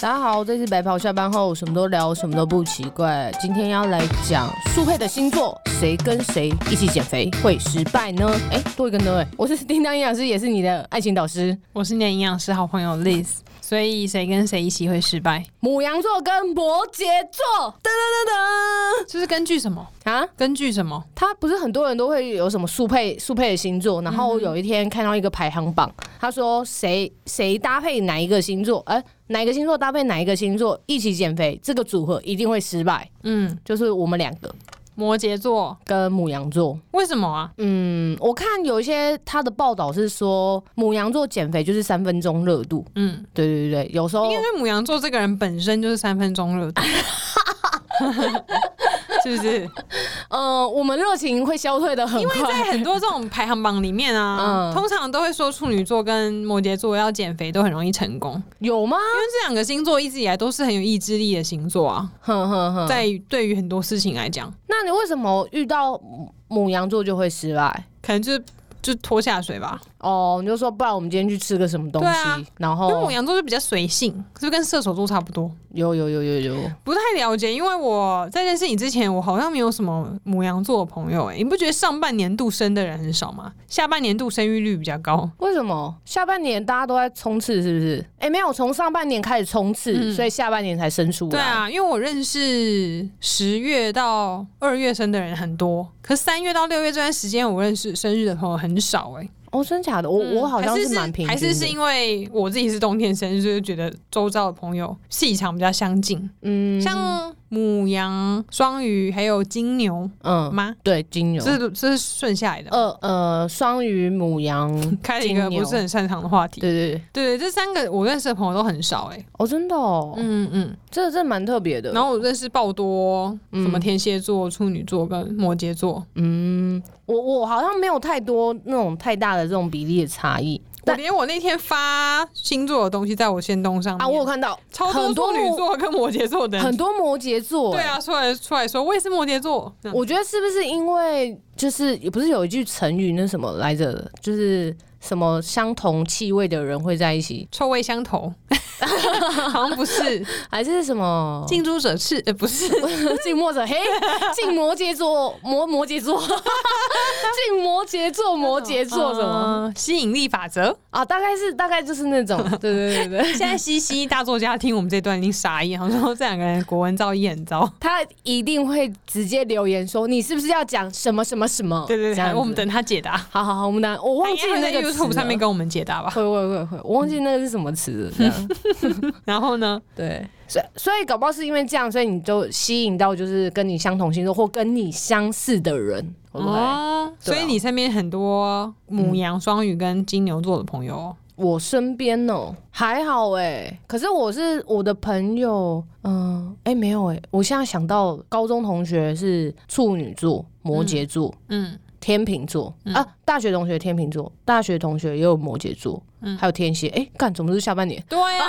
大家好，这是白袍下班后，什么都聊，什么都不奇怪。今天要来讲速配的星座，谁跟谁一起减肥会失败呢？哎、多一个呢、哎，我是叮当营养师，也是你的爱情导师。我是你的营养师好朋友 Liz，所以谁跟谁一起会失败，母羊座跟摩羯座，噔噔 就是根据什么？噔噔啊！根据什么？他不是很多人都会有什么速配速配的星座，然后有一天看到一个排行榜，他说谁谁搭配哪一个星座，哎、哪一个星座搭配哪一个星座一起减肥，这个组合一定会失败，嗯，就是我们两个摩羯座，跟母羊座。为什么啊？嗯，我看有一些他的报道是说母羊座减肥就是三分钟热度，嗯，对对对，有时候因为母羊座这个人本身就是三分钟热 度，是不是？呃，我们热情会消退的很因为在快。很多这种排行榜里面啊，嗯通常都会说处女座跟摩羯座要减肥都很容易成功，因有吗？为这两个星座一直以来都是很有意志力的星座啊，哼哼哼。在于对于很多事情来讲，那你为什么遇到母母羊座就会失败？可能就是就拖下水吧。哦，你就说不然我们今天去吃个什么东西，对啊然因为后母羊座就比较随性，是不是跟射手座差不多？有有有有有，不太了解，因为我在认识你之前，我好像没有什么母羊座的朋友、欸。你不觉得上半年度生的人很少吗？下半年度生育率比较高。为什么下半年大家都在冲刺？是不是？哎、没有，从上半年开始冲刺，嗯所以下半年才生出来。对，啊，因为我认识十月到二月生的人很多，可是三月到六月这段时间，我认识生日的朋友很少哎、欸哦，真假的？我、我好像嗯还蛮平均还是是的因为我自己是冬天生日，所以就觉得周遭的朋友气场比较相近，嗯像母羊、双鱼还有金牛嗯，吗？对，金牛，这是这是顺下来的吗。呃呃，双鱼、母羊， 开了一个金牛不是很擅长的话题。对对对，对对，这三个我认识的朋友都很少哎、欸哦，真的哦，嗯嗯，这这蛮特别的。然后我认识爆多，嗯什么天蝎座、处女座跟摩羯座，嗯，我我好像没有太多那种太大的这种比例的差异我但啊连我那天发星座的东西在我先动上面啊，我有看到超多很多处女座跟摩羯座的人很多摩羯座，对哎啊，出来出来说我也是摩羯座，这样我觉得是不是因为就是也不是有一句成语那什么来着的，就是什么相同气味的人会在一起，臭味 相投， 好像不是还是什么近朱者赤，呃不是， 静默 者，嘿，静摩羯座，摩摩羯座， 静摩羯座，摩羯座什么呃吸引力法则。啊？大概是大概就是那 种，对对对对，现在西西大作家听我们这段已经傻眼，好像说这两个人国文造诣很糟。他一定会直接留言说你是不是要讲什么什么什么？ 对对这对，样子我们哎等他解答。好好好，我们等我忘记他应该那会在个词 YouTube 上面了跟我们解答 吧。会会会会，我忘记那个是什么词了。这 样然后呢，对，所以所以搞不好是因为这样，所以你就吸引到就是跟你相同星座或跟你相似的人，会不会？哦，对所啊嗯以你身边很多母羊、双鱼跟金牛座的朋友哦，我身边哦、还好哎、可是我是我的朋友，嗯、哎、没有哎、我现在想到高中同学是处女座、摩羯座、嗯，天秤座、啊，大学同学天秤座，大学同学也有摩羯座，嗯还有天蝎，哎、干怎么是下半年？ 对啊，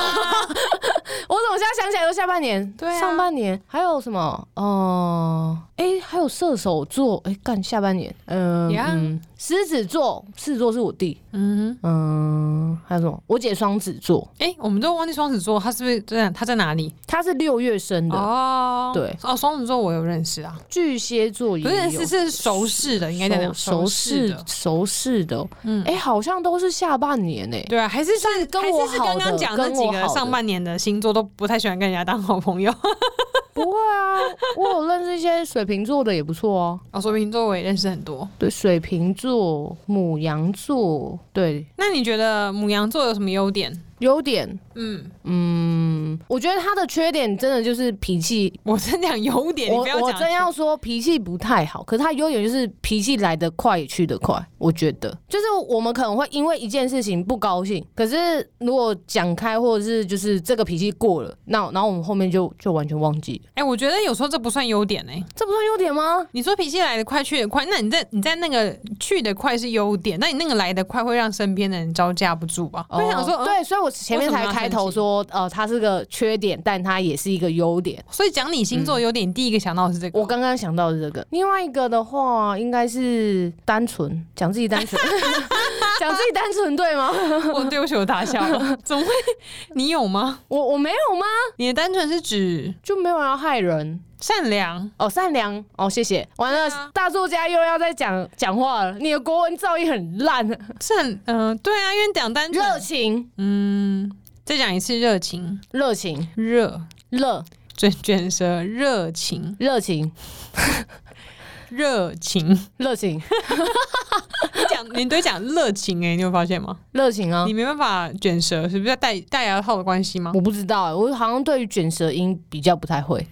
我怎么现在想起来都下半年？对啊上半年还有什么？哦、哎、还有射手座，哎、干下半年，嗯、 Yeah 嗯，狮子座，狮子座是我弟，嗯，嗯，还有什么？我姐双子座，哎，我们都忘记双子座，他是不是在他在哪里？她是六月生的，哦，对，哦，双子座我有认识啊，巨蟹座也不有。是是是熟识的，应该这样讲哎熟识的，熟识的，嗯哎、，好像都是下半年哎、对啊，还是是跟还是我是好刚刚的讲那跟几我个好的上半年的星座都不太喜欢跟人家当好朋友。不会啊，我有认识一些水瓶座的也不错哦、哦，水瓶座我也认识很多。对，水瓶座、母羊座，对，那你觉得母羊座有什么优点？ 优点，嗯，嗯，我觉得他的缺点真的就是脾气。我真讲优点， 你我不要我讲真要说脾气不太好，可是他优点就是脾气来得快也去得快。我觉得就是我们可能会因为一件事情不高兴，可是如果讲开或者是就是这个脾气过了，那然后我们后面就就完全忘记了，哎、我觉得有时候这不算优点哎、这不算优点吗？你说脾气来得快，去得快，那你在你在那个去得快是优点，那你那个来得快会让身边的人招架不住吧？会想说，哦嗯、对，所以我前面为什么才要开头生气说，呃，它是个缺点，但它也是一个优点。所以讲你星座优点，第一个想到的是这嗯个。我刚刚想到的这个，另外一个的话应该是单纯，讲自己单纯， 讲自己单纯对吗？我哦对不起，我打 笑了。怎么会？你有吗？我我没有吗？你的单纯是指就没有要害人善良？哦，善良哦，谢谢。完了，对啊大作家又要再讲讲话了，你的国文造诣很烂。善嗯、对啊，因为讲单热纯，情，嗯，再讲一次热情，热情，热 热卷卷舌，热情，热情，热情。你热情，讲你对讲热情哎、你有发现吗？热情啊！你没办法卷舌，是不是戴戴牙套的关系吗？我不知道、欸，我好像对于卷舌音比较不太 会。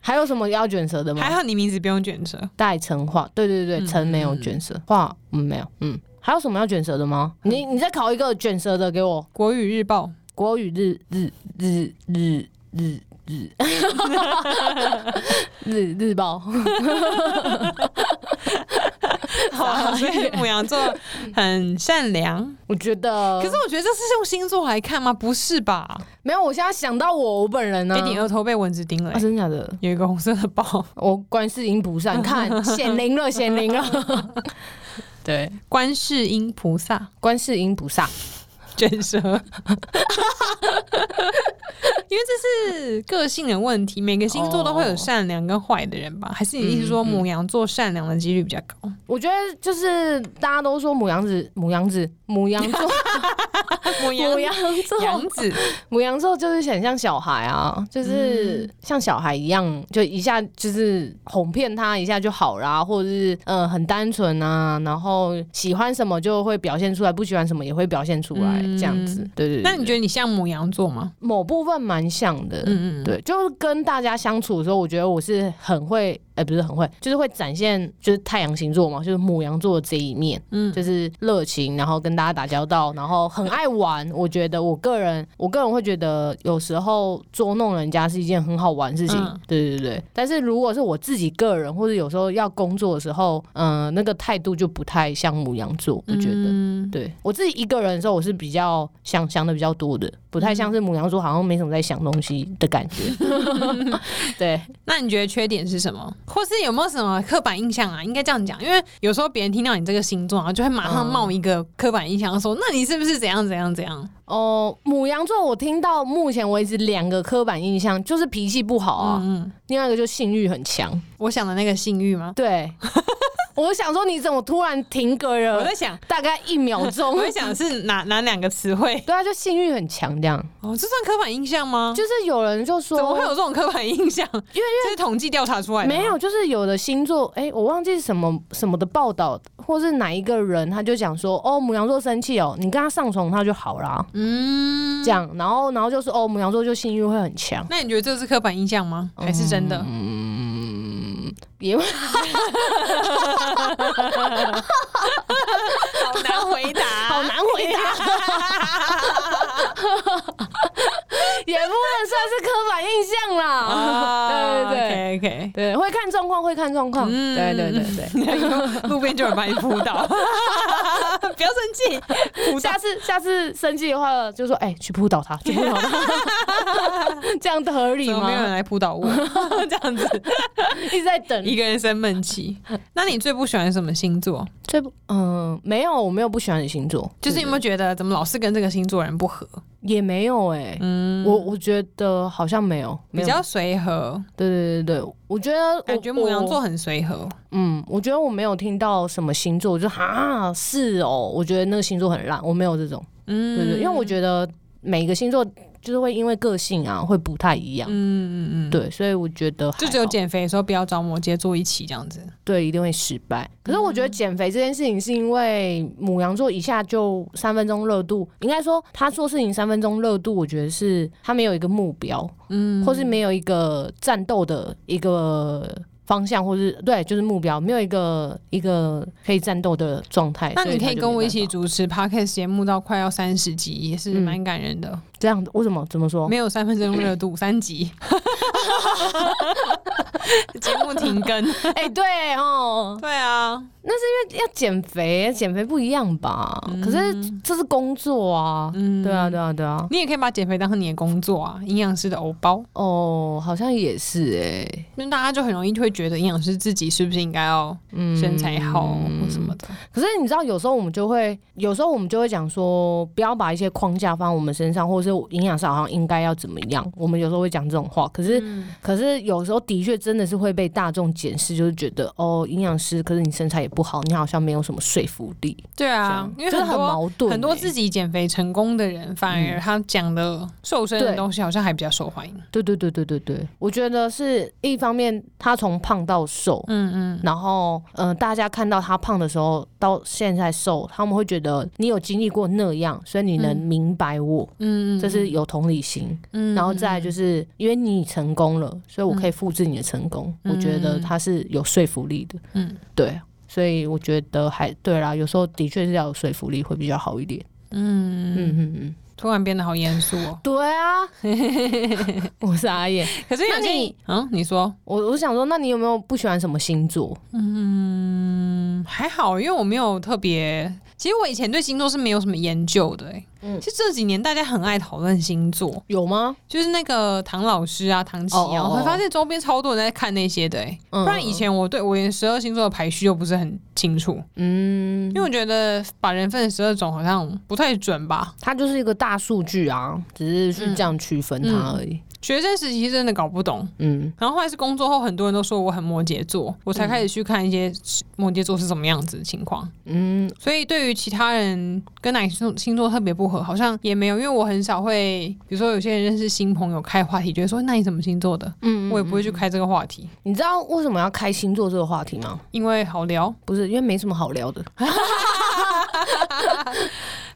还有什么要卷舌的还吗？好你名字不用卷舌，戴成化，对对对，嗯成没有卷舌，化嗯没有，嗯。还有什么要卷舌的吗？你你再考一个卷舌的给我。国语 日报国语日日日日日 日日日报，啊好， 所以母羊座很善良。我觉得可是我觉得这是用星座来看吗？不是吧？没有。我现在想到我我本人呢、哎、你额头被蚊子叮了、嗯欸啊，真的假的？有一个红色 的包。我观世音菩萨，你看显灵了，显灵 了。对，观世音菩萨观世音菩萨，卷舌， 因为这是个性的问题，每个星座都会有善良跟坏的人吧？还是你意思说哦嗯嗯母羊座善良的几率比较高？我觉得就是大家都说母羊子，母羊子，母羊座， 母 母羊座，羊 子，母羊座就是很像小孩啊，就是嗯像小孩一样，就一下就是哄骗他一下就好啦，或者是呃很单纯啊，然后喜欢什么就会表现出来，不喜欢什么也会表现出来，嗯这样子。对对对，那你觉得你像母羊座吗？某部分蛮像的，嗯嗯，嗯，对，就是跟大家相处的时候，我觉得我是很会，哎、不是很会，就是会展现就是太阳星座嘛，就是母羊座的这一面，嗯就是热情，然后跟大家打交道，然后很爱玩。我觉得我个人，我个人会觉得有时候捉弄人家是一件很好玩的事情，嗯对对对。但是如果是我自己个人，或者有时候要工作的时候，嗯、那个态度就不太像母羊座，我觉得。嗯对我自己一个人的时候，我是比较想想的比较多的，不太嗯像是母羊座，好像没什么在想东西的感 觉。对，那你觉得缺点是什么？或是有没有什么刻板印象啊？应该这样讲，因为有时候别人听到你这个星座，然后就会马嗯上冒一个刻板印象说，那你是不是怎样怎样怎样？哦、母羊座我听到目前为止两个刻板印象，就是脾气不好啊，嗯嗯，另外一个就性欲很强。我想的那个性欲吗？ 对，我想说你怎么突然停格我了在想，大概一秒钟 我？在想是哪哪两个词汇？对啊，就性欲很强这样，哦，这算刻板印象吗？就是有人就说怎么会有这种刻板印象？因为这是统计调查出来的吗，没有，就是有的星座，哎、我忘记什么什么的报道，或是哪一个人，他就讲说，哦，母羊座生气哦，你跟他上床他就好啦，嗯，这。样，然后然后就说，哦，母羊座就性欲会很强，那你觉得这是刻板印象吗？还是真的？嗯也会好难回 答好。难回答，也不能算是刻板印象 啦， 哦对对对。对，OK，对，会看状况，会看状况。嗯对对对 对， OK，路边就有人把你扑倒， 不要生气，扑倒下。次下次生气的话，就说哎、去扑倒他，去扑倒他， 这样合理怎么没有人吗？来扑倒我？ 这样子，一直在等一个人生闷气。那你最不喜欢什么星座？这不，嗯、没有，我没有不喜欢的星座，就是有没有觉得怎么老是跟这个星座人不合？也没有哎、嗯，我我觉得好像没有，没比有较随和，对对对对，我觉得我感觉母羊，座我很随和。嗯，我觉得我没有听到什么星座，我就哈是哦，我觉得那个星座很烂，我没有这种，嗯对对因为我得，觉得每个星座就是会因为个性啊会不太一样，嗯嗯嗯，，对，所以我觉得还就只有好减肥的时候不要找摩羯座一起这样子。对，一定会失败。可是我嗯觉得减肥这件事情是因为母羊座一下就三分钟热度，应该说他做事情三分钟热度，我觉得是他没有一个目标，嗯，或是没有一个战斗的一个方向，或是对，就是目标，没有一个一个可以战斗的状态。那所你他可以就跟没我一办起法主持 podcast 节目到快要三十集，也是嗯蛮感人的。这样子，为什么？怎么说？没有三分钟热 度，三集，节目停更。哎、对哦， 对啊，那是因为要减肥，减肥不一样吧？可是这是工作啊，嗯对啊，对啊，对啊。你也可以把减肥当成你的工作啊，营养师的欧包，哦，好像也是哎、那大家就很容易就会觉得营养师自己是不是应该要嗯，身材好或什么的，可是你知道，有时候我们就会，有时候我们就会讲说，不要把一些框架放在我们身上，或者是营养师好像应该要怎么样。我们有时候会讲这种话，可是，嗯可是有时候的确真的是会被大众检视，就是觉得哦，营养师，可是你身材也不好，你好像没有什么说服力，这对啊样，因为真的很很多。矛盾欸、很多自己减肥成功的人，反而他讲的瘦身的对东西好像还比较受欢迎。对对对对对对，我觉得是一方面，他从胖到瘦，嗯嗯，然后，嗯、大家看到他胖的时候，到现在瘦，他们会觉得你有经历过那样，所以你能嗯明白我，嗯，这是有同理心。嗯，嗯然后再来就是，因为你成功了，所以我可以复制你的成功。嗯我觉得它是有说服力的，嗯对。啊所以我觉得还对啦，有时候的确是要有说服力会比较好一点。嗯嗯，嗯嗯嗯，突然变得好严肃哦。对啊，啊我是阿燕。 可是有那建你议，嗯，你说，我我想说，那你有没有不喜欢什么星座？嗯，还好，因为我没有特别。其实我以前对星座是没有什么研究的、欸，嗯其实这几年大家很爱讨论星座，有吗？就是那个唐老师啊、唐琪啊，哦哦哦我才发现周边超多人在看那些的、欸，嗯不然以前我对我连十二星座的排序都不是很清楚，嗯因为，我觉得把人分十二种好像不太准吧。它就是一个大数据啊，只是嗯去这样区分它而已。学生时期真的搞不懂，嗯然后后来是工作后，很多人都说我很摩羯座，我才开始去看一些摩羯座是什么样子的情况。嗯所以对于其他人跟哪个星座星座特别不合，好像也没有，因为我很少会，比如说有些人认识新朋友开话题，就会说那你什么星座的，嗯我也不会去开这个话题，你知道为什么要开星座这个话题吗？因为好聊， 不是，因为没什么好聊的。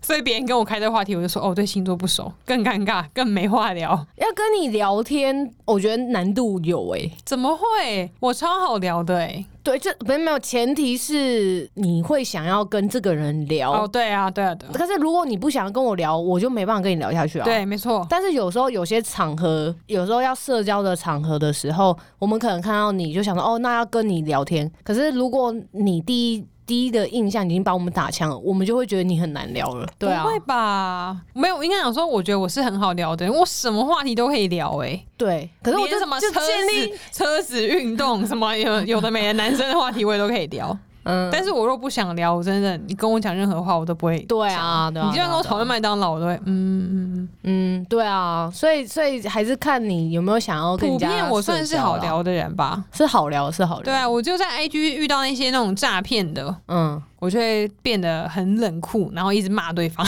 所以别人跟我开这个话题，我就说哦，我对星座不熟，更尴尬，更没话聊。要跟你聊天，我觉得难度有诶、怎么会？我超好聊的哎、对，这没有没有，前提是你会想要跟这个人聊。哦，对啊，对啊，对啊可是如果你不想跟我聊，我就没办法跟你聊下去啊。。对，没错，但是有时候有些场合，有时候要社交的场合的时候，我们可能看到你就想说，哦，那要跟你聊天。可是如果你第一第一的印象已经把我们打枪了，我们就会觉得你很难聊了。对啊不，会吧？没有，应该讲说，我觉得我是很好聊的人，我什么话题都可以聊哎、对。可是我就连什么就车建立子、车子运动什么有有的没的男生的话题我也都可以聊， 嗯，但是我若不想聊，我真的你跟我讲任何话我都不会。对啊，对啊，你就算跟我对啊讨论麦当劳，我都会嗯嗯。嗯嗯，对啊，所以所以还是看你有没有想要跟人普家遍我算是好社交啦，聊的人吧。是好聊，是好聊。对啊，我就在 IG 遇到那些那种诈骗的，嗯，我就会变得很冷酷，然后一直骂 对方。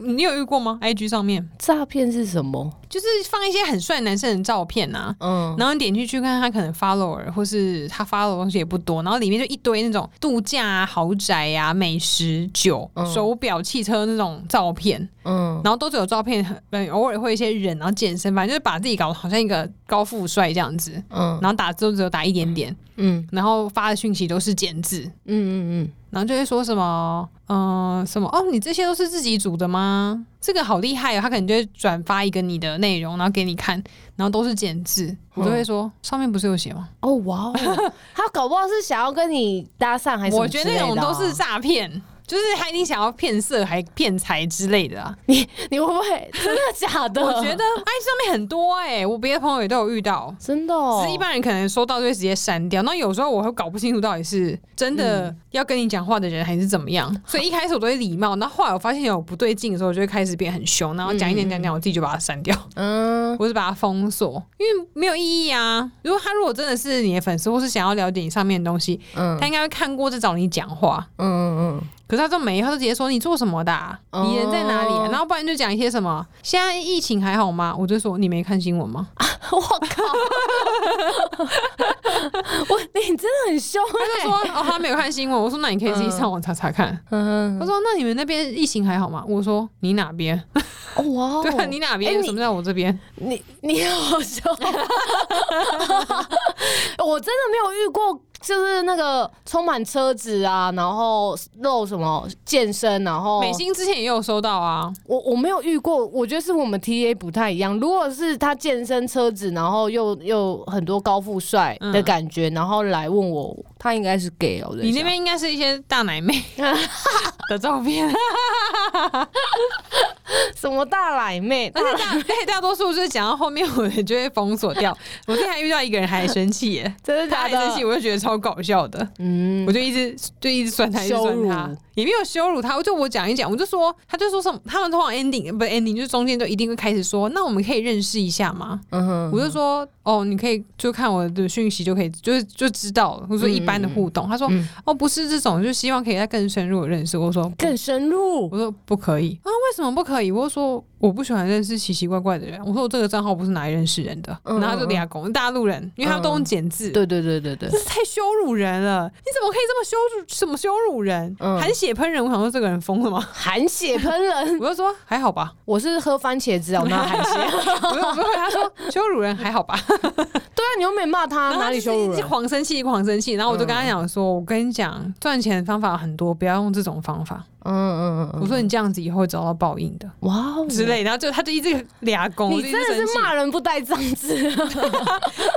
你有遇过吗？IG 上面诈骗是什么？就是放一些很帅男生的照片啊，嗯，然后你点进去看，他可能 follower 或是他 follow 的东西也不多，然后里面就一堆那种度假、啊、豪宅啊、美食、酒、嗯手表、汽车那种照片，嗯，然后都只有照片，呃偶尔会一些人，然后健身，反正就是把自己搞得好像一个高富帅这样子。嗯，然后打字都只有打一点点，嗯，然后发的讯息都是简字，嗯，嗯，然后就会说什么，嗯、什么哦，你这些都是自己煮的吗？这个好厉害哦！他可能就会转发一个你的内容，然后给你看，然后都是简字，我都会说、上面不是有写吗？嗯，哦，哇 哦，他搞不好是想要跟你搭讪，还是我觉得那啊种都是诈，诈骗，啊就是他一定想要骗色，还骗财之类 的啊。 你会不会 真的假的？我觉得哎，上面很多哎、我别的朋友也都有遇到。真的哦只是一，般人可能收到就会直接删掉，那有时候我会搞不清楚到底是真嗯的要跟你讲话的人还是怎么 样，所以一开始我都会礼貌，然后后来我发现有不对劲的时候，我就会开始变很凶，然后讲一点讲一讲，我自己就把它删掉，嗯我是把它封锁，因为没有意义啊。如果他如果真的是你的粉丝，或是想要了解你上面的东西，嗯他应该会看过再找你讲话，嗯嗯可是他都没有，他都直接说你做什么的啊、哦你人在哪里啊、然后不然就讲一些什么，现在疫情还好吗？我就说你没看新闻吗？嗯，我靠， 我你真的很凶他就哎，说哦，他没有看新闻。我说那你可以自己上网查查看。嗯，他说那你们那边疫情还好吗？我说你哪边？哦哇哦， 对啊，你哪边？哎有你什么在我这边？啊 你你好凶！我真的没有遇过是不是那个充满车子啊，然后露什么健身，然后美心之前也有收到啊，我我没有遇过，我觉得是我们 T A 不太一样。如果是他健身车子，然后又又很多高富帅的感觉，然后来问我，他应该是 gay 哦。我在嗯你那想边应该是一些大奶 妹的照片，什么大奶 妹？而且大而且大多数就是讲到后面，我就会封锁 掉。我之前还遇到一个人还生气耶，真的他假还生气，的？我就觉得超搞笑的，嗯我，就一直就一直酸他，一直酸羞他辱，也没有羞辱他，我就我讲一讲，我就说，他就说什么，他们通常 ending 不是 ending 就是中间就一定会开始说，那我们可以认识一下吗？嗯哼，我就说哦，你可以就看我的讯息就可以，就是就知道了。我说一般的互动，他说、嗯哦不是这种，就希望可以再更深入的认识。我说更深入我说不可以啊，为什么不可以？我就说我不喜欢认识奇奇怪怪的人。我说我这个账号不是拿来认识人的，嗯然后他就俩拱大陆人，因为他们都用简字。对对对对对 这，是太羞辱人了！你怎么可以这么羞辱？什么羞辱人？嗯含血喷人！我想说这个人疯了吗？ 含血喷人，我就说还好吧。我是喝番茄汁啊，我哪有 含血？我就我就回 他说羞辱人还好吧。对啊，你又没骂他，然后哪他里就是羞辱嗯一直了？狂生气，狂生气。然后我就跟他讲说：“我跟你讲，赚钱的方法很多，不要用这种方法。嗯嗯嗯我嗯，说你这样子以后会遭到报应的哇哦，之类。”然后就他就一直俩攻，我你就一真直的生是气。骂人不带脏 字，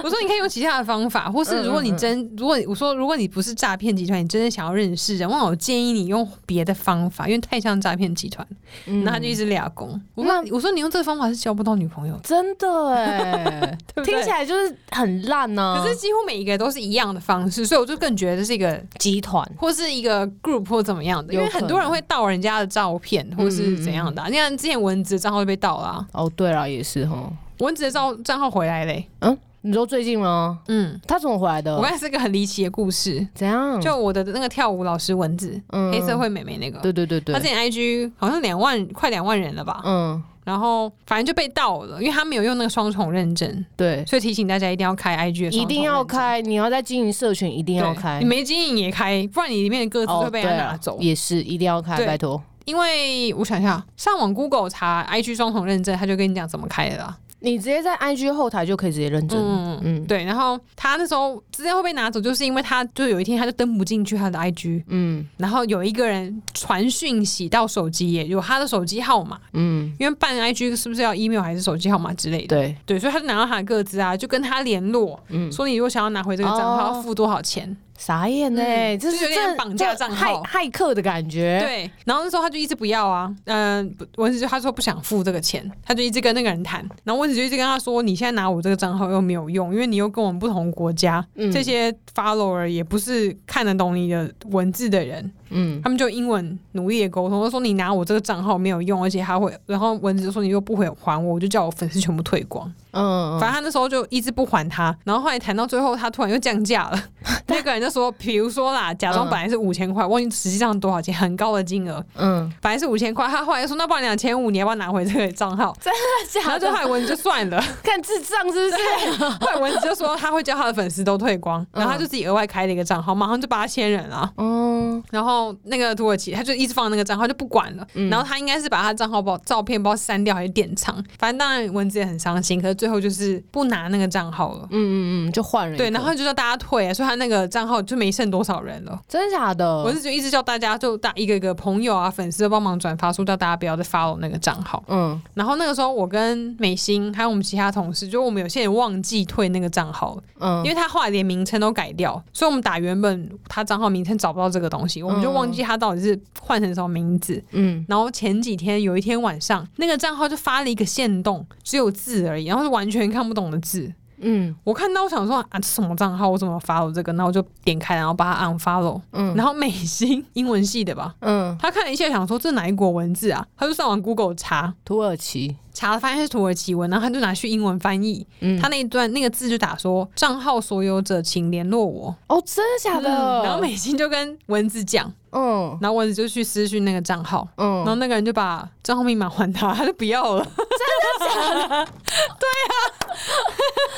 我说你可以用其他的方法，或是如果嗯你真，如果我说如果你不是诈骗集团，你真的想要认识人，那我建议你用别的方法，因为太像诈骗集团。嗯然后他就一直俩攻。我说我说你用这个方法是交不到女朋友的，真 的哎，对不对听起。来就是很烂啊呢、可是几乎每一个都是一样的方式，所以我就更觉得这是一个集团，或是一个 group 或怎么样的，因为有可能嗯很多人会盗人家的照片或是怎样的啊、你看之前蚊子的账号就被盗了、啊，哦，对了，也是哈。蚊子的账账号回来嘞、嗯，你说最近吗？嗯，他怎么回来的我？看是个很离奇的故事，怎样？就我的那个跳舞老师蚊子，嗯黑社。会妹妹那个。对对对她对之。前 IG 好像两万快两万人了吧，嗯，然后反正就被盗了，因为她没有用那个双重认证，对，所以提醒大家一定要开 IG 的双重认证，一定要开，你要在经营社群，一定对，要开你。没经营也开，不然你里面的歌词哦会被对人家啊拿走。也是一定要开，对拜托。因为我想一下，上网 Google 查 IG 双重认证，他就跟你讲怎么开的啦。你直接在 IG 后台就可以直接认证。嗯嗯对，然后他那时候资料会被拿走，就是因为他就有一天他就登不进去他的 IG，嗯然后有一个人传讯息到手机耶，有他的手机号码，嗯，因为办 IG 是不是要 email 还是手机号码之类的？对，对，所以他就拿到他的个资啊，就跟他联络，嗯，说你如果想要拿回这个账号，哦要付多少钱？傻眼呢、嗯这就是有点这绑架账号这骇骇客的感觉。，对，然后那时候他就一直不要啊，嗯、不蚊子就他说不想付这个钱，他就一直跟那个人谈，然后蚊子就一直跟他说，你现在拿我这个账号又没有用，因为你又跟我们不同国家，嗯这些 follower 也不是看得懂你的文字的人，嗯他们就英文努力的沟通，我说你拿我这个账号没有用，而且他会，然后蚊子就说你又不会还我，我就叫我粉丝全部退光，嗯，反正他那时候就一直不还他，然后后来谈到最后，他突然又降 价了。那个人就说，比如说啦，假装本来是五千块，忘记实际上多少钱，很高的金额，嗯，本来是五千块，他后来又说那不然两千五，你要不要拿回这个账 号？然后假就后来蚊子就算 了，看智障是不是？后来蚊子就说他会叫他的粉丝都退光，然后他就自己额外开了一个账号，马上就八千人了。嗯，然后那个土耳其他就一直放那个账号就不管了，然后他应该是把他账号包照片包删掉还是典藏，反正当然蚊子也很伤心，可是最后就是不拿那个账号了。嗯嗯嗯，就换人一个。对，然后就叫大家退啊，所以他那个账号就没剩多少人了。真的假的？我是就一直叫大家，就大一个一个朋友啊、粉丝都帮忙转发，说叫大家不要再 follow 那个账号。嗯然后那个时候，我跟美心还有我们其他同事，就我们有些人忘记退那个账号了，嗯，因为他后来连名称都改掉，所以我们打原本他账号名称找不到这个东西，我们就忘记他到底是换成什么名字。嗯然后前几天有一天晚上，那个账号就发了一个限动，只有字而已，然后是完全看不懂的字。嗯我看到我想说啊，这什么账号？我怎么 follow 这个？那我就点开，然后把它 unfollow。嗯然后美心英文系的吧，嗯，他看了一下，想说这哪一国文字啊？他就上网 Google 查，土耳其，查了发现是土耳其文，然后他就拿去英文翻译。嗯，他那一段那个字就打说账号所有者请联络我。哦，真的假的？嗯然后美心就跟蚊子讲，嗯然后蚊子就去私讯那个账号。然后嗯，那个人就把账号密码还他，他就不要了。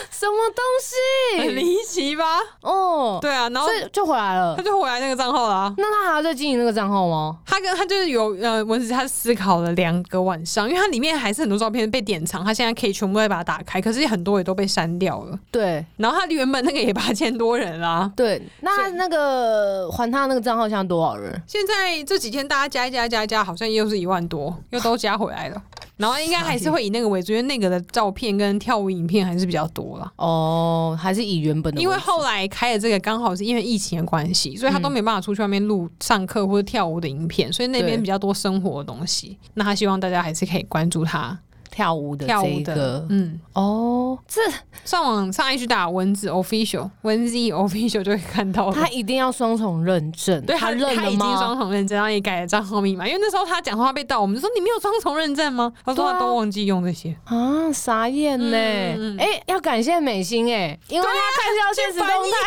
什么东 很西？离奇吧？哦，对啊，然后哎所以就回来了他。就回来那个账号啦、那他还要再经营那个账号吗？他跟他就是有呃，文子他思考了两个晚上，因为他里面还是很多照片被典藏，他现在可以全部再把它打开，可是很多也都被删掉了。对然后他原本那个也八千多 人啦，对，那他那个还他那个账号现在多少人？现在这几天大家加一加加一加，好像又是一万多，又都加回来了。然后应该还是会以那个为主，因为那个的照片跟跳舞影片还是比较多啦。哦，还是以原本的为因主，为后来开的这个刚好是因为疫情的关系，所以他都没办法出去外面录上课或者跳舞的影片，所以那边对比较多生活的东西。那他希望大家还是可以关注他跳舞的跳这舞一的个，，嗯，哦，这上网上 IG 打文字 official 文字 official 就会看到了他一定要双重认证，哦对他认了他已经双吗？重认证，然后也改了账号密码，因为那时候他讲话被盗，我们就说你没有双重认证吗？他说对啊他都忘记用这些，啊，傻眼呢！哎、嗯嗯啊要感谢美心哎、因为他看到现实动态，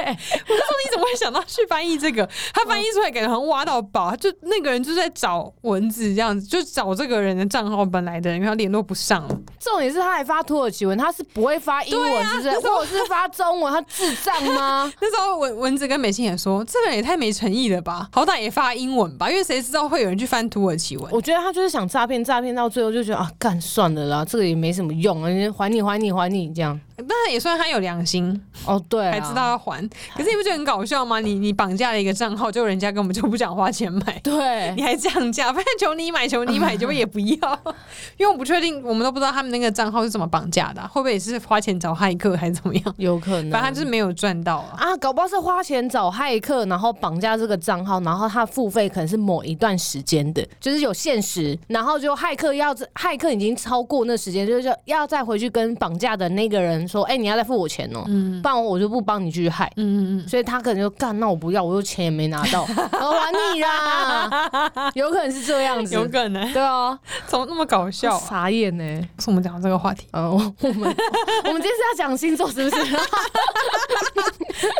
我就说你怎么会想到去翻译这个？他翻译出来感觉好像挖到宝，他就那个人就在找文字这样子，就找这个人的账号本来的人，因为他联络不上了，？重点是他还发土耳其文，他是不会发英文，是不啊是？或者是发中文，他智障吗 那时候文文字跟美心也说，这个人也太没诚意了吧，好歹也发英文吧，因为谁知道会有人去翻土耳其文？我觉得他就是想诈骗，诈骗到最后就觉得啊，干算了啦，这个也没什么用，啊，还你还你还你这样。那也算他有良心，哦，对、啊，还知道。要还。可是你不觉得很搞笑吗？你你绑架了一个账号，就人家根本就不想花钱买。对你，还降价，反正求你买，求你买，结果也不要， 因为我不确定，我们都不知道他们那个账号是怎么绑架的啊、会不会也是花钱找骇客还是怎 么样？有可能。反正他就是没有赚到啊。啊，搞不好是花钱找骇客，然后绑架这个账号，然后他付费可能是某一段时间的，就是有限时，然后就骇客要骇客已经超过那时间，就是说要再回去跟绑架的那个人说，哎、你要再付我钱哦、不然我就不帮你去害。嗯嗯所以他可能就干，那我不要，我又钱也没拿到，我还你啦，有可能是这样嗯，有子，可能，对啊，怎么那么搞 笑、啊？傻眼呢、？为什么讲到这个话题嗯，我我们我们今天是要讲星座是不是？ 嗯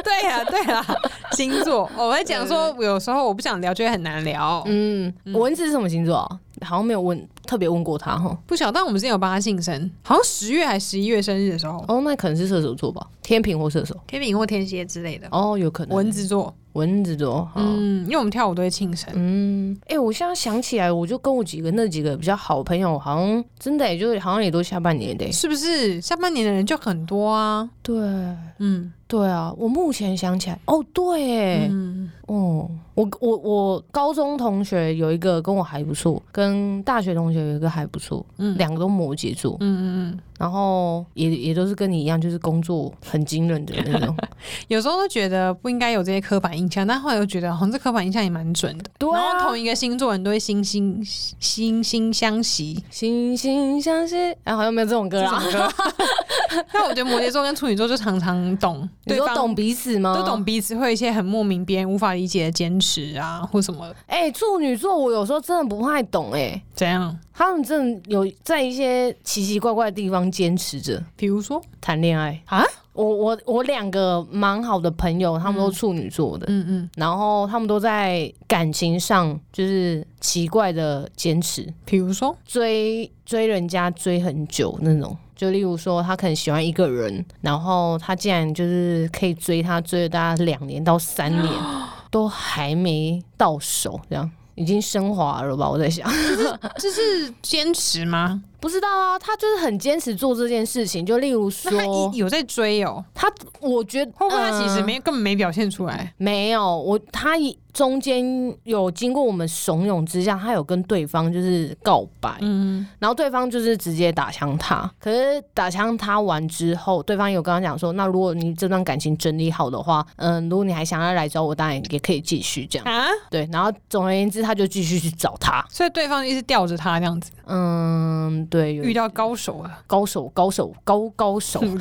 对呀、对呀、啊嗯星座，我在讲说，有时候我不想聊，就会很难聊。嗯，蚊子是什么星座啊？好像没有问特别问过他哈。不晓得，但我们之前有帮他庆生，好像十月还十一月生日的时候，哦，那可能是射手座吧，天平或射手。天秤或天蝎之类的，哦，有可能蚊子座。蚊子座。嗯嗯，因为我们跳舞都会庆生，嗯，哎、我现在想起来，我就跟我几个那几个比较好的朋友，好像真的、也就是好像也都下半年的、是不是？下半年的人就很多啊。对嗯，对啊，我目前想起来，哦，对、哎、嗯，哦，我我我高中同学有一个跟我还不错，跟大学同学有一个还不错，嗯两个都摩羯座，嗯嗯然后也也都是跟你一样，就是工作很惊人的那 种。嗯，有时候都觉得不应该有这些刻板印象，但后来又觉得好像这刻板印象也蛮准的。对然后啊同一个星座人都会惺惺惺惺相惜。惺惺相惜，哎、好像没有这种歌这啊首。 歌，但我觉得摩羯座跟处女座就常常懂你对说方，懂彼此吗？都懂。彼此，会有一些很莫名别人无法理解的坚持啊，或什么哎、处女座我有时候真的不太懂哎、怎样？他们真的有在一些奇奇怪怪的地方坚持着比如说，谈恋爱啊。我我我两个蛮好的朋友，他们都处女座的，嗯嗯，然后他们都在感情上就是奇怪的坚持，比如说，追追人家追很久那种。就例如说，他可能喜欢一个人，然后他竟然就是可以追他，追了大概两年到三 年，都还没到手，这样已经升华了吧？我在想，这是坚持吗？不知道啊，他就是很坚持做这件事情。就例如那他说一，有在追哦，他我觉得会不会他其实嗯没根本没表现出来？没有，我他一中间有经过我们怂恿之下，他有跟对方就是告白，嗯，然后对方就是直接打枪他。可是打枪他完之后，对方有跟他讲说，那如果你这段感情整理好的话，嗯，如果你还想要来找我，当然也可以继续这样。啊，对，然后总而言之，他就继续去找他。所以对方一直吊着他这样子，嗯，对，有遇到高手啊了。高手，高手，高高手，没有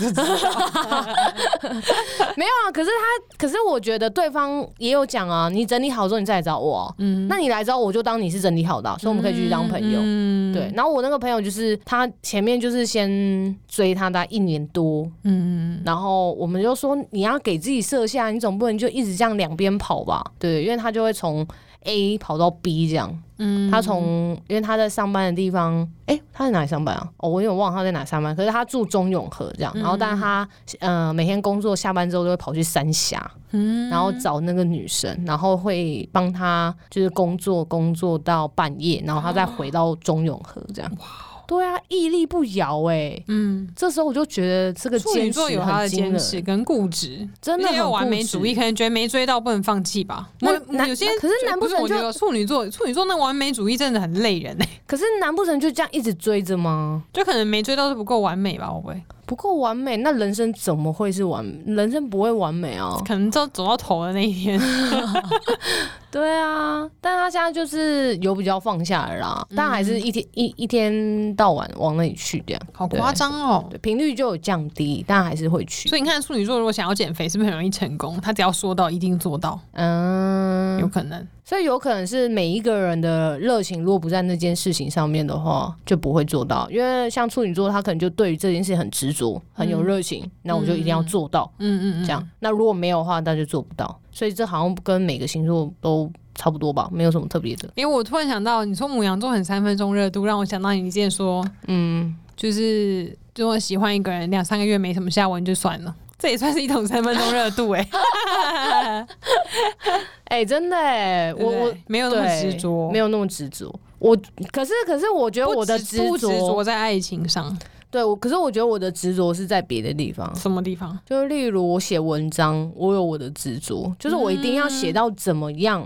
啊。可是他，可是我觉得对方也有讲啊，你整理好之后你再来找我、哦。嗯，那你来之后，我就当你是整理好的啊、所以我们可以继续当朋友。嗯，对，然后我那个朋友就是他前面就是先追他大概一年多，嗯，然后我们就说你要给自己设下，你总不能就一直这样两边跑吧？对，因为他就会从 A 跑到 B 这样。嗯他从因为他在上班的地方，哎、他在哪里上班啊？哦，我有点忘了他在哪上班。可是他住中永和这样，嗯然后但他呃每天工作下班之后都会跑去三峡，嗯然后找那个女生，然后会帮他就是工作工作到半夜，然后他再回到中永和这样。对啊，屹立不摇哎、哦嗯，这时候我就觉得这个处女坚座持有他很的惊坚人，持跟固执，真的而且很有完美固执主义，可能觉得没追到不能放弃吧。那那那有些那可是难不不是成我觉就得处女座处女座那完美主义真的很累人哎、可是难不成就这样一直追着吗？ 就可能没追到是不够完美吧，我不会，不够完美，那人生怎么会是完？人生不会完美啊！可能到走到头的那一 天，对啊，但他现在就是有比较放下了啦，但还是一天一一天到晚往那里去这样，好夸张哦。对，频率就有降低，但还是会去。所以你看，处女座如果想要减肥，是不是很容易成功？他只要说到，一定做到，有嗯，可能。所以有可能是每一个人的热情，若不在那件事情上面的话，就不会做到。因为像处女座，他可能就对于这件事很执着，很有热情，那我就一定要做到。嗯嗯嗯，这样。那如果没有的话，那就做不到。所以这好像跟每个星座都差不多吧，没有什么特别的。因为我突然想到，你说母羊座很三分钟热度，让我想到你之前说，嗯，就是如果喜欢一个人两三个月没什么下文就算了，这也算是一种三分钟热 度哎、哎、真的哎、对我不对我没有那么对执着，没有那么执着。我可是可是我觉得不我的执不执着，嗯着在爱情上，对我可是我觉得我的执着是在别的地方。什么地方？就例如我写文章，我有我的执着，就是我一定要写到怎么样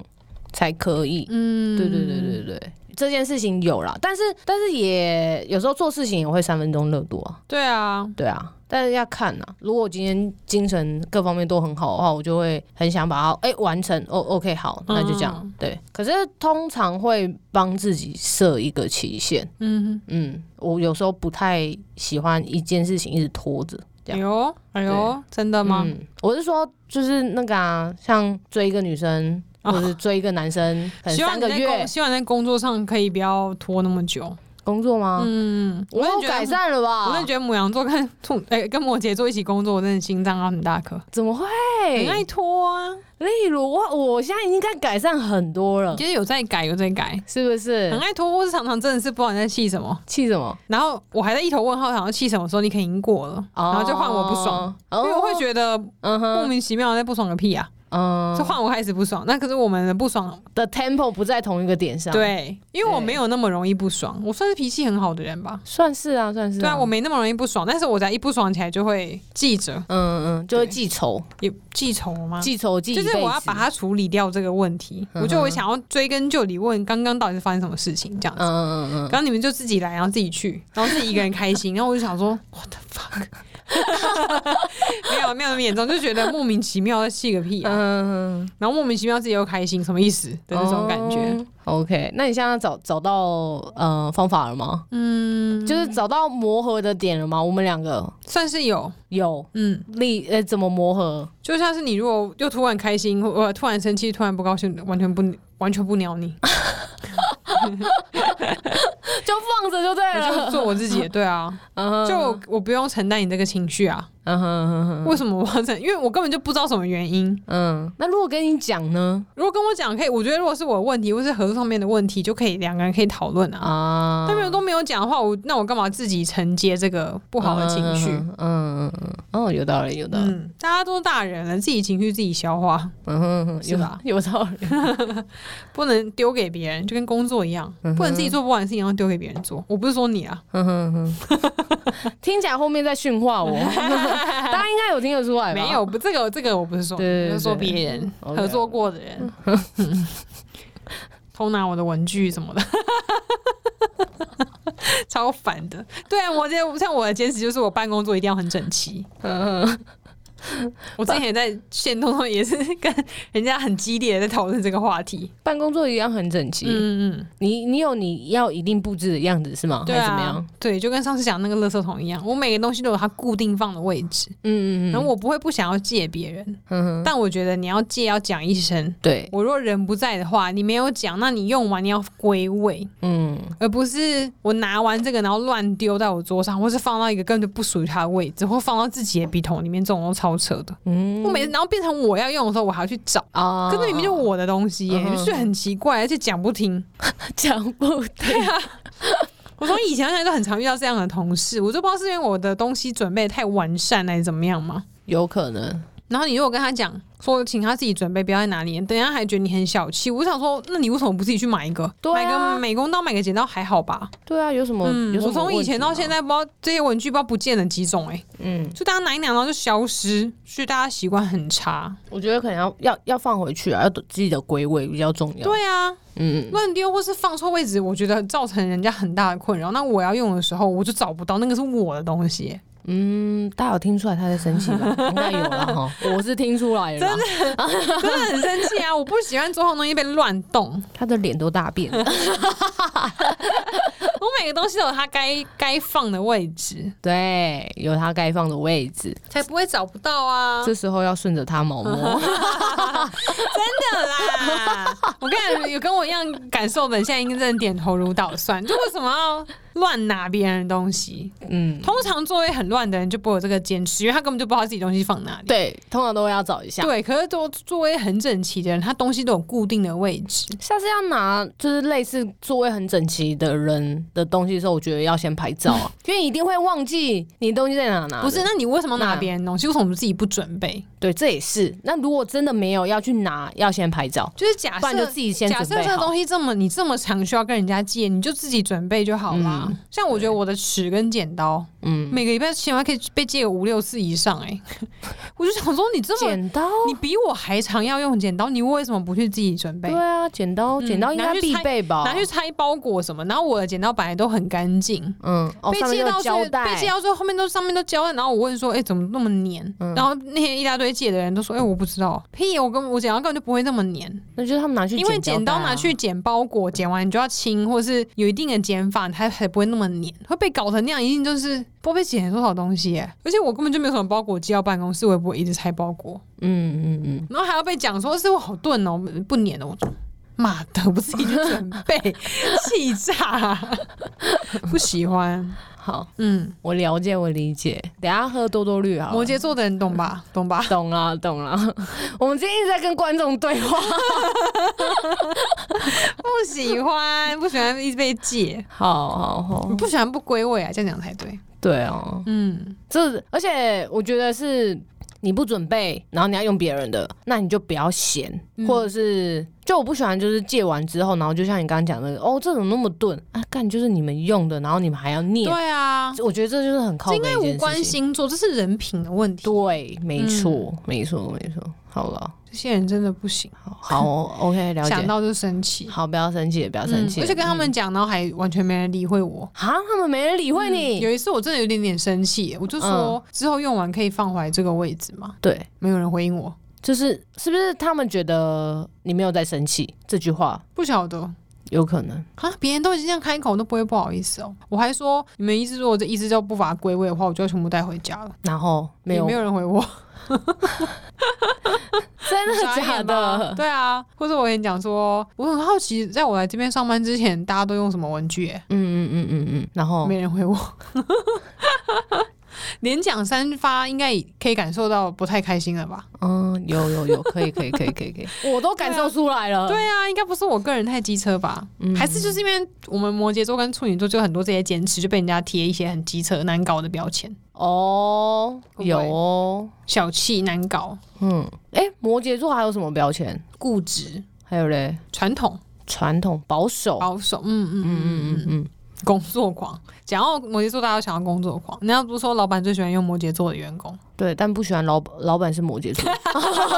才可以。嗯，对对对对对，这件事情有啦，但是但是也有时候做事情也会三分钟热度啊。对啊，对啊，但是要看呐、如果我今天精神各方面都很好的话，我就会很想把它哎、完成。哦，OK，好，那就这样。嗯对，可是通常会帮自己设一个期限。嗯，嗯，我有时候不太喜欢一件事情一直拖着。这哎样呦哎呦，真的吗？嗯，我是说，就是那个啊，像追一个女生，哦或者是追一个男 生，可能希望三你个在月哦工，希望你在工作上可以不要拖那么久。工作吗？嗯，我有真的觉得改。善了吧？我真的觉得母羊座跟兔哎、跟摩羯座一起工作，我真的心脏要很大颗，怎么会？很爱拖啊，例如我，我现在已经在改善很多了，就是有在改有在改，是不很是？爱拖，或是常常真的是不知道你在气什么。气什么？然后我还在一头问号，想要气什么时候你可能已经过了，然后就换我不爽，哦，因为我会觉得嗯莫哼，名其妙在不爽个屁啊，嗯，就换我开始不爽。那可是我们的不爽，的 tempo 不在同一个点上，，对，因为我对没有那么容易不爽，我算是脾气很好的人吧。算是啊，算是、对啊，我没那么容易不爽，但是我只要一不爽起来就会记着，嗯嗯，就会记仇，也记仇吗？记仇记一啊就辈子，是我要把它处理掉这个问题，嗯哼我就会想要追根究底，问刚刚到底是发生什么事情这样嗯子。嗯嗯嗯，然后你们就自己来，然后自己去，然后自己一个人开心，然后我就想说，what the fuck，没有没有那么严重，就觉得莫名其妙在气个屁啊，嗯，然后莫名其妙自己又开心，什么意思的那种感觉。哦 OK，那你现在找找到呃方法了吗？嗯，就是找到磨合的点了吗？我们两个算是有，有嗯，力呃怎么磨合？就像是你如果又突然开心，或呃突然生气，突然不高兴，完全不完全不鸟你，就放着就对我了，就做我自己的，对啊， 嗯哼就我我不用承担你这个情绪啊。嗯哼嗯哼为什么我要承？因为我根本就不知道什么原因。嗯，那如果跟你讲呢如果跟我讲可以，我觉得如果是我的问题或是合作上面的问题，就可以两个人可以讨论啊。啊，但没有都没有讲的话，我那我干嘛自己承接这个不好的情绪？嗯嗯嗯嗯，嗯哦，有道理，有道理，嗯，大家都大人了，自己情绪自己消化，嗯哼哼，是吧有有道理，不能丢给别人，就跟工作一样，不能自己做不完的事情要丢给别人做。我不是说你啊，嗯哼哼， 听起来后面在训 话我，大家应该有听得出来吧？没有，不，这个这个我不是说你，对对我是说对别人 OK，合作过的人， 偷拿我的文具什么的， 超烦的。对啊，我这像我的坚持就是我办公桌一定要很整齐。嗯，嗯我之前也在线通通也是跟人家很激烈的在讨论这个话题。办公桌一样很整齐。嗯嗯，你你有你要一定布置的样子是吗？嗯对还是怎么啊样？，对，就跟上次讲那个垃圾桶一样，我每个东西都有它固定放的位置，嗯嗯嗯，然后我不会不想要借别人，嗯哼，但我觉得你要借要讲一声。对，我若人不在的话，你没有讲，那你用完你要归位，嗯而不是我拿完这个然后乱丢在我桌上，或是放到一个根本就不属于它的位置，或放到自己的笔筒里面，这种都超超扯的。嗯我每次然后变成我要用的时候，我还要去找，啊可是明明就我的东西耶，嗯就是很奇怪，而且讲不听。讲不对，我从以前到现在都很常遇到这样的同事，我就不知道是因为我的东西准备得太完善还是怎么样嘛。有可能然后你如果跟他讲说，请他自己准备，不要在哪里，等一下还觉得你很小气。我想说，那你为什么不自己去买一个？对啊买个美工刀，买个剪刀还好吧？对啊，有什么？嗯有，什我么从以前到问题吗现，在不知道这些文具不知道不见了几种哎、欸嗯，就大家拿一拿然后就消失，所以大家习惯很差。我觉得可能要要要放回去啊，要记得归位比较重要。，对啊，嗯，乱丢或是放错位置，我觉得造成人家很大的困扰。那我要用的时候，我就找不到，那个是我的东 西、嗯，大家有听出来他在生气 吧？应该有了哈，我是听出来了啦，真的很生气啊！我不喜欢桌上的东西被乱动，他的脸都大变 了。我每个东西都有它该该放的位置，对，有他该放的位置，才不会找不到啊！这时候要顺着他毛 毛。真的啦，我跟你讲，有跟我一样感受的人，现在应该真的点头如捣蒜。就为什么要乱拿别人的东西？嗯，通常座位很乱的人就不会有这个坚持，因为他根本就不知道自己东西放哪里。对，通常都会要找一下。对，可是座座位很整齐的人，他东西都有固定的位置。下次要拿就是类似座位很整齐的人的东西的时候，我觉得要先拍照 啊，因为一定会忘记你东西在哪拿的。不是，那你为什么要拿那别人的东西？为什么自己不准备？对，这也是。那如果真的没有要去拿，要先拍照，就是假不然就设自己先假准设备这个好。东西这么你这么常需要跟人家借，你就自己准备就好啦。嗯像我觉得我的尺跟剪刀，嗯，每个礼拜起码可以被借个五六次以上、 欸，哎，我就想说你这么剪刀，你比我还常要用剪刀，你为什么不去自己准备？对啊，剪刀，嗯剪刀应该必备吧？拿去拆包裹什么？然后我的剪刀本来都很干净，嗯，哦，被上面借有到最胶被带借，到最后后面都上面都胶带，然后我问说，哎、怎么那么黏？嗯然后那些一大堆借的人都说，哎、我不知道，屁，我跟我剪刀根本就不会那么黏，那就是他们拿去因为剪剪胶刀带啊拿去剪包裹，剪完你就要清，或是有一定的剪法，它才不会那么黏，会被搞成那样，一定就是不知道被剪了多少东西耶、而且我根本就没有什么包裹寄到办公室，我也不会一直拆包裹，嗯嗯嗯，然后还要被讲说是我好钝哦、不黏的、我说妈的，我自己去准备， 气炸，不喜欢，好，嗯。我了解，我理解。等一下喝多多绿好了。摩羯座的人懂吧？懂吧？ 懂了，懂了。 我们今天一直在跟观众对 话。不喜欢，不喜欢一直被借，好好好， 不喜欢不归位啊，这样讲才对。对哦，嗯，这而且我觉得是你不准备，然后你要用别人的，那你就不要嫌，嗯或者是就我不喜欢就是借完之后，然后就像你刚刚讲的，哦，这怎么那么钝啊？干就是你们用的，然后你们还要念，对啊，我觉得这就是很靠这北应的该一件无事关情。星座，这是人品的问题。嗯对，没错，没错，没错。好了，这些人真的不行，好 好哦，OK，了想解。到就生气，好，不要生气，不要生嗯气。而且跟他们讲，然后还完全没人理会我。啊，他们没人理会你。嗯有一次我真的有点点生气，我就嗯说之后用完可以放回来这个位置吗？对，没有人回应我，就是是不是他们觉得你没有在生气？这句话不晓得。有可能。啊！别人都已经这样开口，都不会不好意思哦。我还说，你们一直如果这一直都不把它归位的话，我就要全部带回家了。然后没有，也没有人回我， 真的傻假眼吧的？对啊，或者我跟你讲说，我很好奇，在我来这边上班之前，大家都用什么文具、欸？嗯嗯嗯嗯嗯。然后没人回我。 连讲三发，应该也可以感受到不太开心了吧？嗯，有有有，可以可以可以可以可以， 我都感受出来了。对啊，应该不是我个人太机车吧？嗯还是就是因为我们摩羯座跟处女座就很多这些坚持，就被人家贴一些很机车、难搞的标签，哦，会不会有哦，小气、难搞、嗯，哎，摩羯座还有什么标签？固执、还有嘞，传统、传统保守。保守。嗯嗯嗯嗯嗯嗯，工作狂，讲到摩羯座，大家都想到工作狂。人家不是说老板最喜欢用摩羯座的员工，对，但不喜欢老老板是摩羯 座。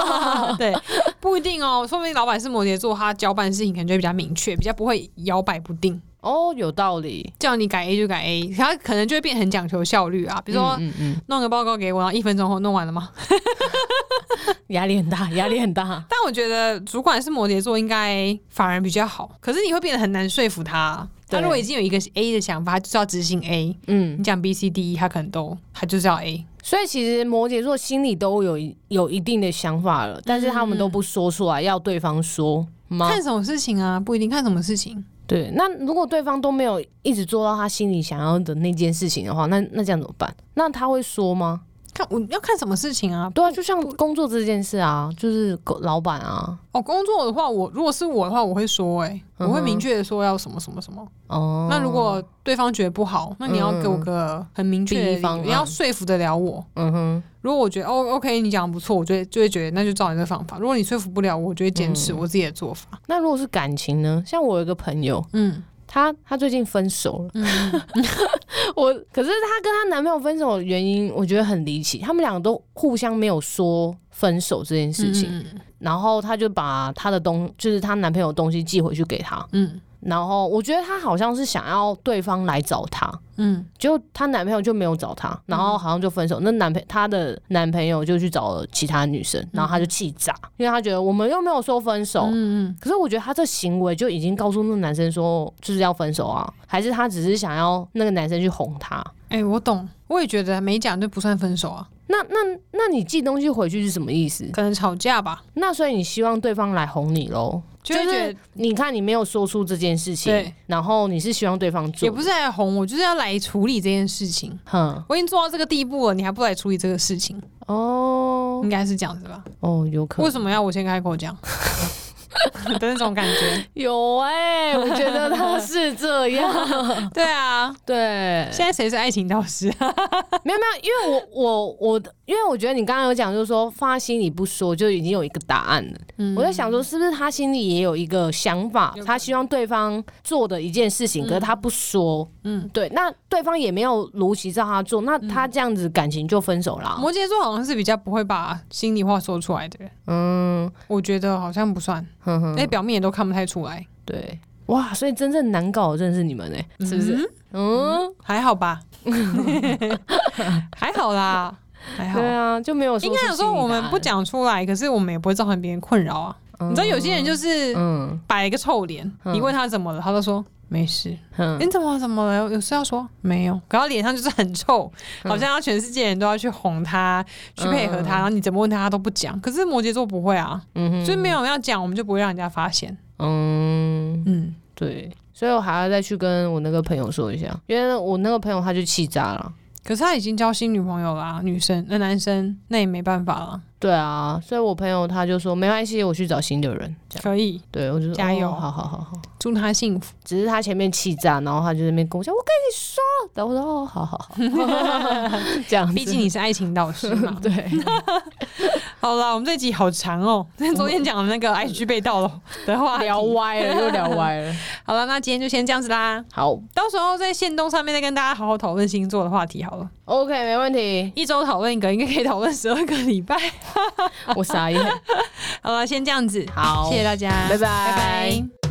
对，不一定哦，说不定老板是摩羯座，他交办事情可能就会比较明确，比较不会摇摆不定，哦，有道理。叫你改 A 就改 A，他可能就会变很讲求效率啊。比如说、嗯嗯，弄个报告给我，啊然后一分钟后弄完了吗？ 嗯压力很大，压力很大。但我觉得主管是摩羯座，应该反而比较好。可是你会变得很难说服他。啊他对如果已经有一个 A 的想法，他就是要执行 A。嗯你，讲 B、C、D、E，他可能都他就是要 A。所以其实摩羯座心里都有一有一定的想法了，但是他们都不说出来，要对方说吗？看什么事情啊？不一定看什么事情。对，那如果对方都没有一直做到他心里想要的那件事情的话，那那这样怎么办？那他会说吗？看我要看什么事情啊？对啊，就像工作这件事啊，就是狗老板啊，哦，工作的话，我如果是我的话，我会说、欸，哎，我会嗯哼明确的说要什么什么什么。哦，那如果对方觉得不好，那你要给我个很明确的理第一方嗯由，案你要说服得了我。嗯哼，如果我觉得哦，OK，你讲得不错，我就会就会觉得那就照你的方法。如果你说服不了我，我就会坚嗯持我自己的做法。那如果是感情呢？像我有一个朋友，嗯她她最近分手了，嗯， 我可是她跟她男朋友分手的原因，我觉得很离奇，他们两个都互相没有说分手这件事情，嗯然后她就把她的东，就是她男朋友的东西寄回去给他，嗯然后我觉得她好像是想要对方来找她，嗯结果她男朋友就没有找她，然后好像就分手。那男朋她的男朋友就去找了其他女生，然后她就气炸，因为她觉得我们又没有说分手。嗯嗯，可是我觉得她这行为就已经告诉那个男生说就是要分手啊，还是她只是想要那个男生去哄她？哎、我懂，我也觉得没讲就不算分手啊，那那那你寄东西回去是什么意思？可能吵架吧，那所以你希望对方来哄你喽？就会就觉是得、你看你没有说出这件事情对，然后你是希望对方做，也不是来哄我，就是要来处理这件事情。哼我已经做到这个地步了，你还不来处理这个事情，哦应该是这样子吧？哦，有可能为什么要我先开口 讲？的那种感觉，有哎、我觉得他是这样。 对啊， 对，现在谁是爱情导师？啊 没有没有，因为我我我，因为我觉得你刚刚有讲，就是说发心里不说，就已经有一个答案了。我在想说，是不是他心里也有一个想法嗯有可，能他希望对方做的一件事情，可是他不说。嗯，对，那对方也没有如期照他做，那他这样子感情就分手啦。摩羯座好像是比较不会把心里话说出来的人，嗯，我觉得好像不算，哼哼，那、表面也都看不太出来，对，哇，所以真正难搞的真的是你们哎、是不是？嗯，还好 吧？还好啦，还好对。啊，就没有说应该有出时候心里我们答案不，讲出来，可是我们也不会造成别人困扰啊。嗯你知道有些人就是嗯摆一个臭脸，嗯你问他怎么了，他都说没事。哼你怎么怎么了？有事要说没有？可他脸上就是很臭，嗯好像要全世界人都要去哄他，去配合他，然后你怎么问他，他都不讲。可是摩羯座不会啊，嗯哼所以没有人要讲，我们就不会让人家发现。嗯，嗯，对，所以我还要再去跟我那个朋友说一下，因为我那个朋友他就气炸了。可是他已经交新女朋友啦、女生那、男生那也没办法了，对啊，所以我朋友他就说没关系，我去找新的人。这样，可以对我就说加油哦好好好好。祝他幸 福。只是他前面气炸，然后他就在那边跟我讲，我跟你说，然后我说哦，好好好， 这样子。。毕竟你是爱情导师 嘛 对，好啦，我们这集好长 哦、昨天讲的嗯那个 IG 被盗了的话题，聊歪了又聊歪了。好了，那今天就先这样子啦。好到时候在线动上面再跟大家好好讨论星座的话题好了。 ，OK，没问题。一周讨论一个，应该可以讨论十二个礼拜。我傻眼。好了，先这样子，好，谢谢大家，拜拜拜拜